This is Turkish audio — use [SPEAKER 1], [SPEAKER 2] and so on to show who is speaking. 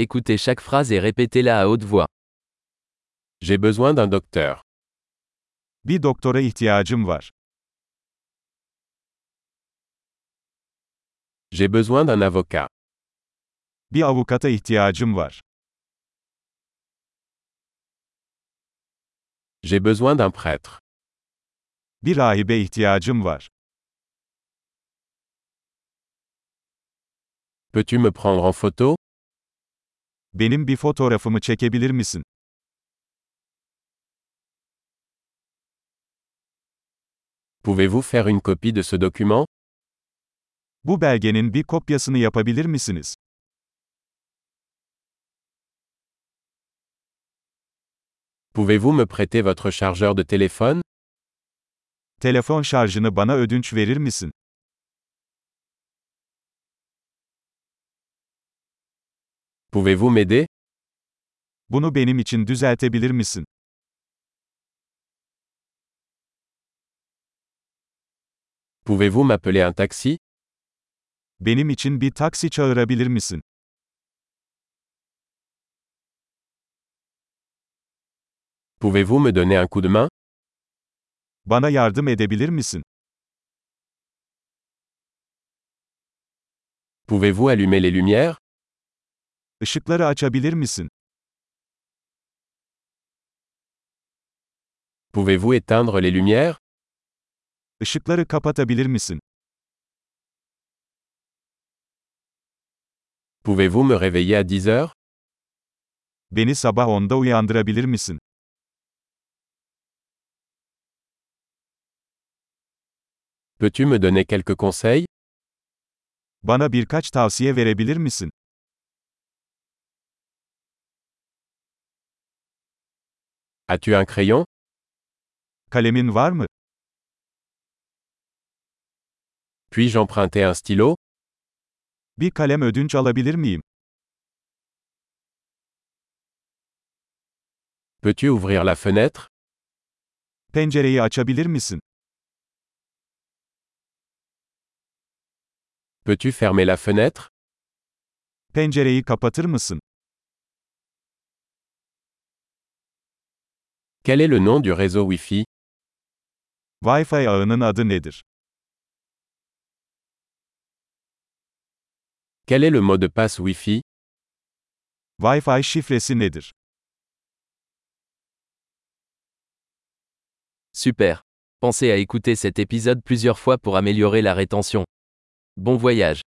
[SPEAKER 1] Écoutez chaque phrase et répétez-la à haute voix.
[SPEAKER 2] J'ai besoin d'un docteur.
[SPEAKER 3] Bir doktora ihtiyacım var.
[SPEAKER 2] J'ai besoin d'un avocat.
[SPEAKER 3] Bir avukata ihtiyacım var.
[SPEAKER 2] J'ai besoin d'un prêtre.
[SPEAKER 3] Bir rahibe ihtiyacım var.
[SPEAKER 2] Peux-tu me prendre en photo
[SPEAKER 3] Benim bir fotoğrafımı çekebilir misin?
[SPEAKER 2] Pouvez-vous faire une copie de ce document
[SPEAKER 3] Bu belgenin bir kopyasını yapabilir misiniz?
[SPEAKER 2] Pouvez-vous me prêter votre chargeur de téléphone
[SPEAKER 3] Telefon şarjını bana ödünç verir misin?
[SPEAKER 2] Pouvez-vous m'aider
[SPEAKER 3] Bunu benim için düzeltebilir misin?
[SPEAKER 2] Pouvez-vous m'appeler un taxi
[SPEAKER 3] Benim için bir taksi çağırabilir misin?
[SPEAKER 2] Pouvez-vous me donner un coup de main
[SPEAKER 3] Bana yardım edebilir misin?
[SPEAKER 2] Pouvez-vous allumer les lumières
[SPEAKER 3] Işıkları açabilir misin?
[SPEAKER 2] Pouvez-vous éteindre les lumières
[SPEAKER 3] Işıkları kapatabilir misin?
[SPEAKER 2] Pouvez-vous me réveiller à 10 heures
[SPEAKER 3] Beni sabah 10'da uyandırabilir misin?
[SPEAKER 2] Peux-tu me donner quelques conseils
[SPEAKER 3] Bana birkaç tavsiye verebilir misin?
[SPEAKER 2] As-tu un crayon
[SPEAKER 3] Kalemin var mı?
[SPEAKER 2] Puis-je emprunter un stylo
[SPEAKER 3] Bir kalem ödünç alabilir miyim?
[SPEAKER 2] Peux-tu ouvrir la fenêtre
[SPEAKER 3] Pencereyi açabilir misin?
[SPEAKER 2] Peux-tu fermer la fenêtre
[SPEAKER 3] Pencereyi kapatır mısın?
[SPEAKER 2] Quel est le nom du réseau Wi-Fi
[SPEAKER 3] Wi-Fi ağının adı nedir?
[SPEAKER 2] Quel est le mot de passe Wi-Fi
[SPEAKER 3] Wi-Fi şifresi nedir?
[SPEAKER 1] Super. Pensez à écouter cet épisode plusieurs fois pour améliorer la rétention. Bon voyage.